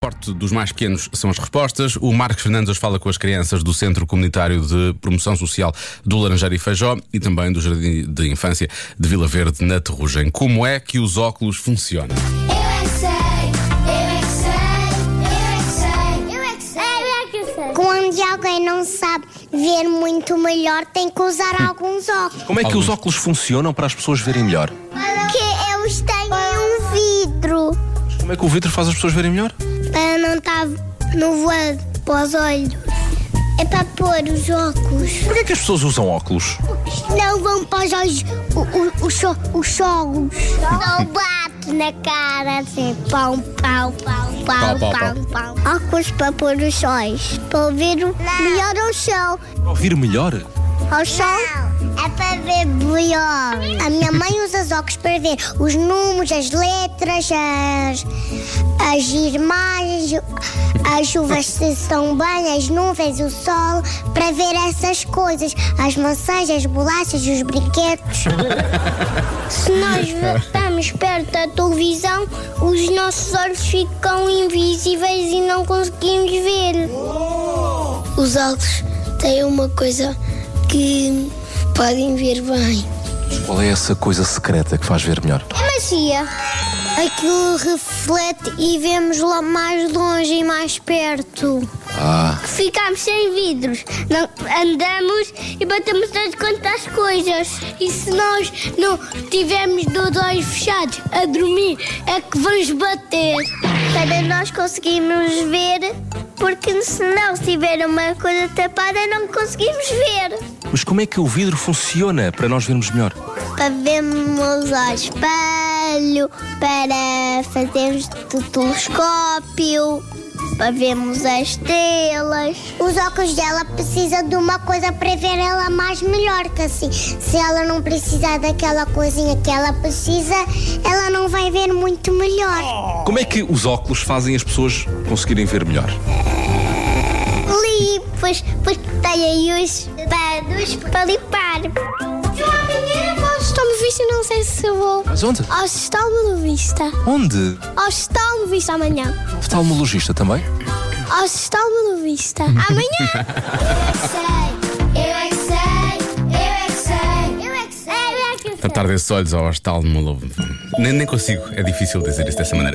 Direto dos mais pequenos são as respostas. O Marcos Fernandes hoje fala com as crianças do Centro Comunitário de Promoção Social do Laranjeira e Feijó e também do Jardim de Infância de Vila Verde, na Terrugem. Como é que os óculos funcionam? Eu é que sei, eu é que sei, eu é que sei, eu é que sei, eu é que sei, eu é que sei. Quando alguém não sabe ver muito melhor, tem que usar alguns óculos. Como é que os óculos funcionam para as pessoas verem melhor? Que eu os tenho em um vidro Como é que o vidro faz as pessoas verem melhor? para não estar no voado para os olhos. É para pôr os óculos. Porquê é que as pessoas usam óculos? Não vão para os olhos o- o- os cho- os olhos. Não bate na cara assim. Pão, pau, pau, Pau, pau, pau, pau, pau. Óculos para pôr os olhos. Para ouvir o melhor ao chão. Para ouvir melhor? Ao chão? É para ver melhor. A minha mãe usa os óculos para ver os números, as letras, as, as imagens, as chuvas se estão bem, as nuvens, o sol, para ver essas coisas, as maçãs, as bolachas, os brinquedos. Se nós estamos perto da televisão, os nossos olhos ficam invisíveis e não conseguimos ver. Os olhos têm uma coisa que podem ver bem. Qual é essa coisa secreta que faz ver melhor? É magia. Aquilo reflete e vemos lá mais longe e mais perto. Ah, Ficamos sem vidros, não- andamos e batemos nas quantas coisas. E se nós não tivermos dois olhos fechados a dormir, é que vamos bater. Para nós conseguirmos ver, porque se não tiver uma coisa tapada, não conseguimos ver. mas como é que o vidro funciona para nos vermos melhor? para vermos ao espelho, para fazermos do telescópio, para vermos as estrelas. Os óculos dela precisam de uma coisa para ver ela mais melhor, que assim, se ela não precisar daquela coisinha que ela precisa, ela não vai ver muito melhor. Como é que os óculos fazem as pessoas conseguirem ver melhor? Li, pois, pois tem aí os panos para limpar. Eu amanhã vou estômago vista, não sei se vou. Mas onde? Ao estômago vista. Onde? Ao estômago vista amanhã. Oftalmologista também? Ao estômago vista. Amanhã! Eu é que sei, eu é que sei, eu é que sei, eu é que sei. Tratar desses olhos ao tal Nem, nem consigo, é difícil dizer isso dessa maneira.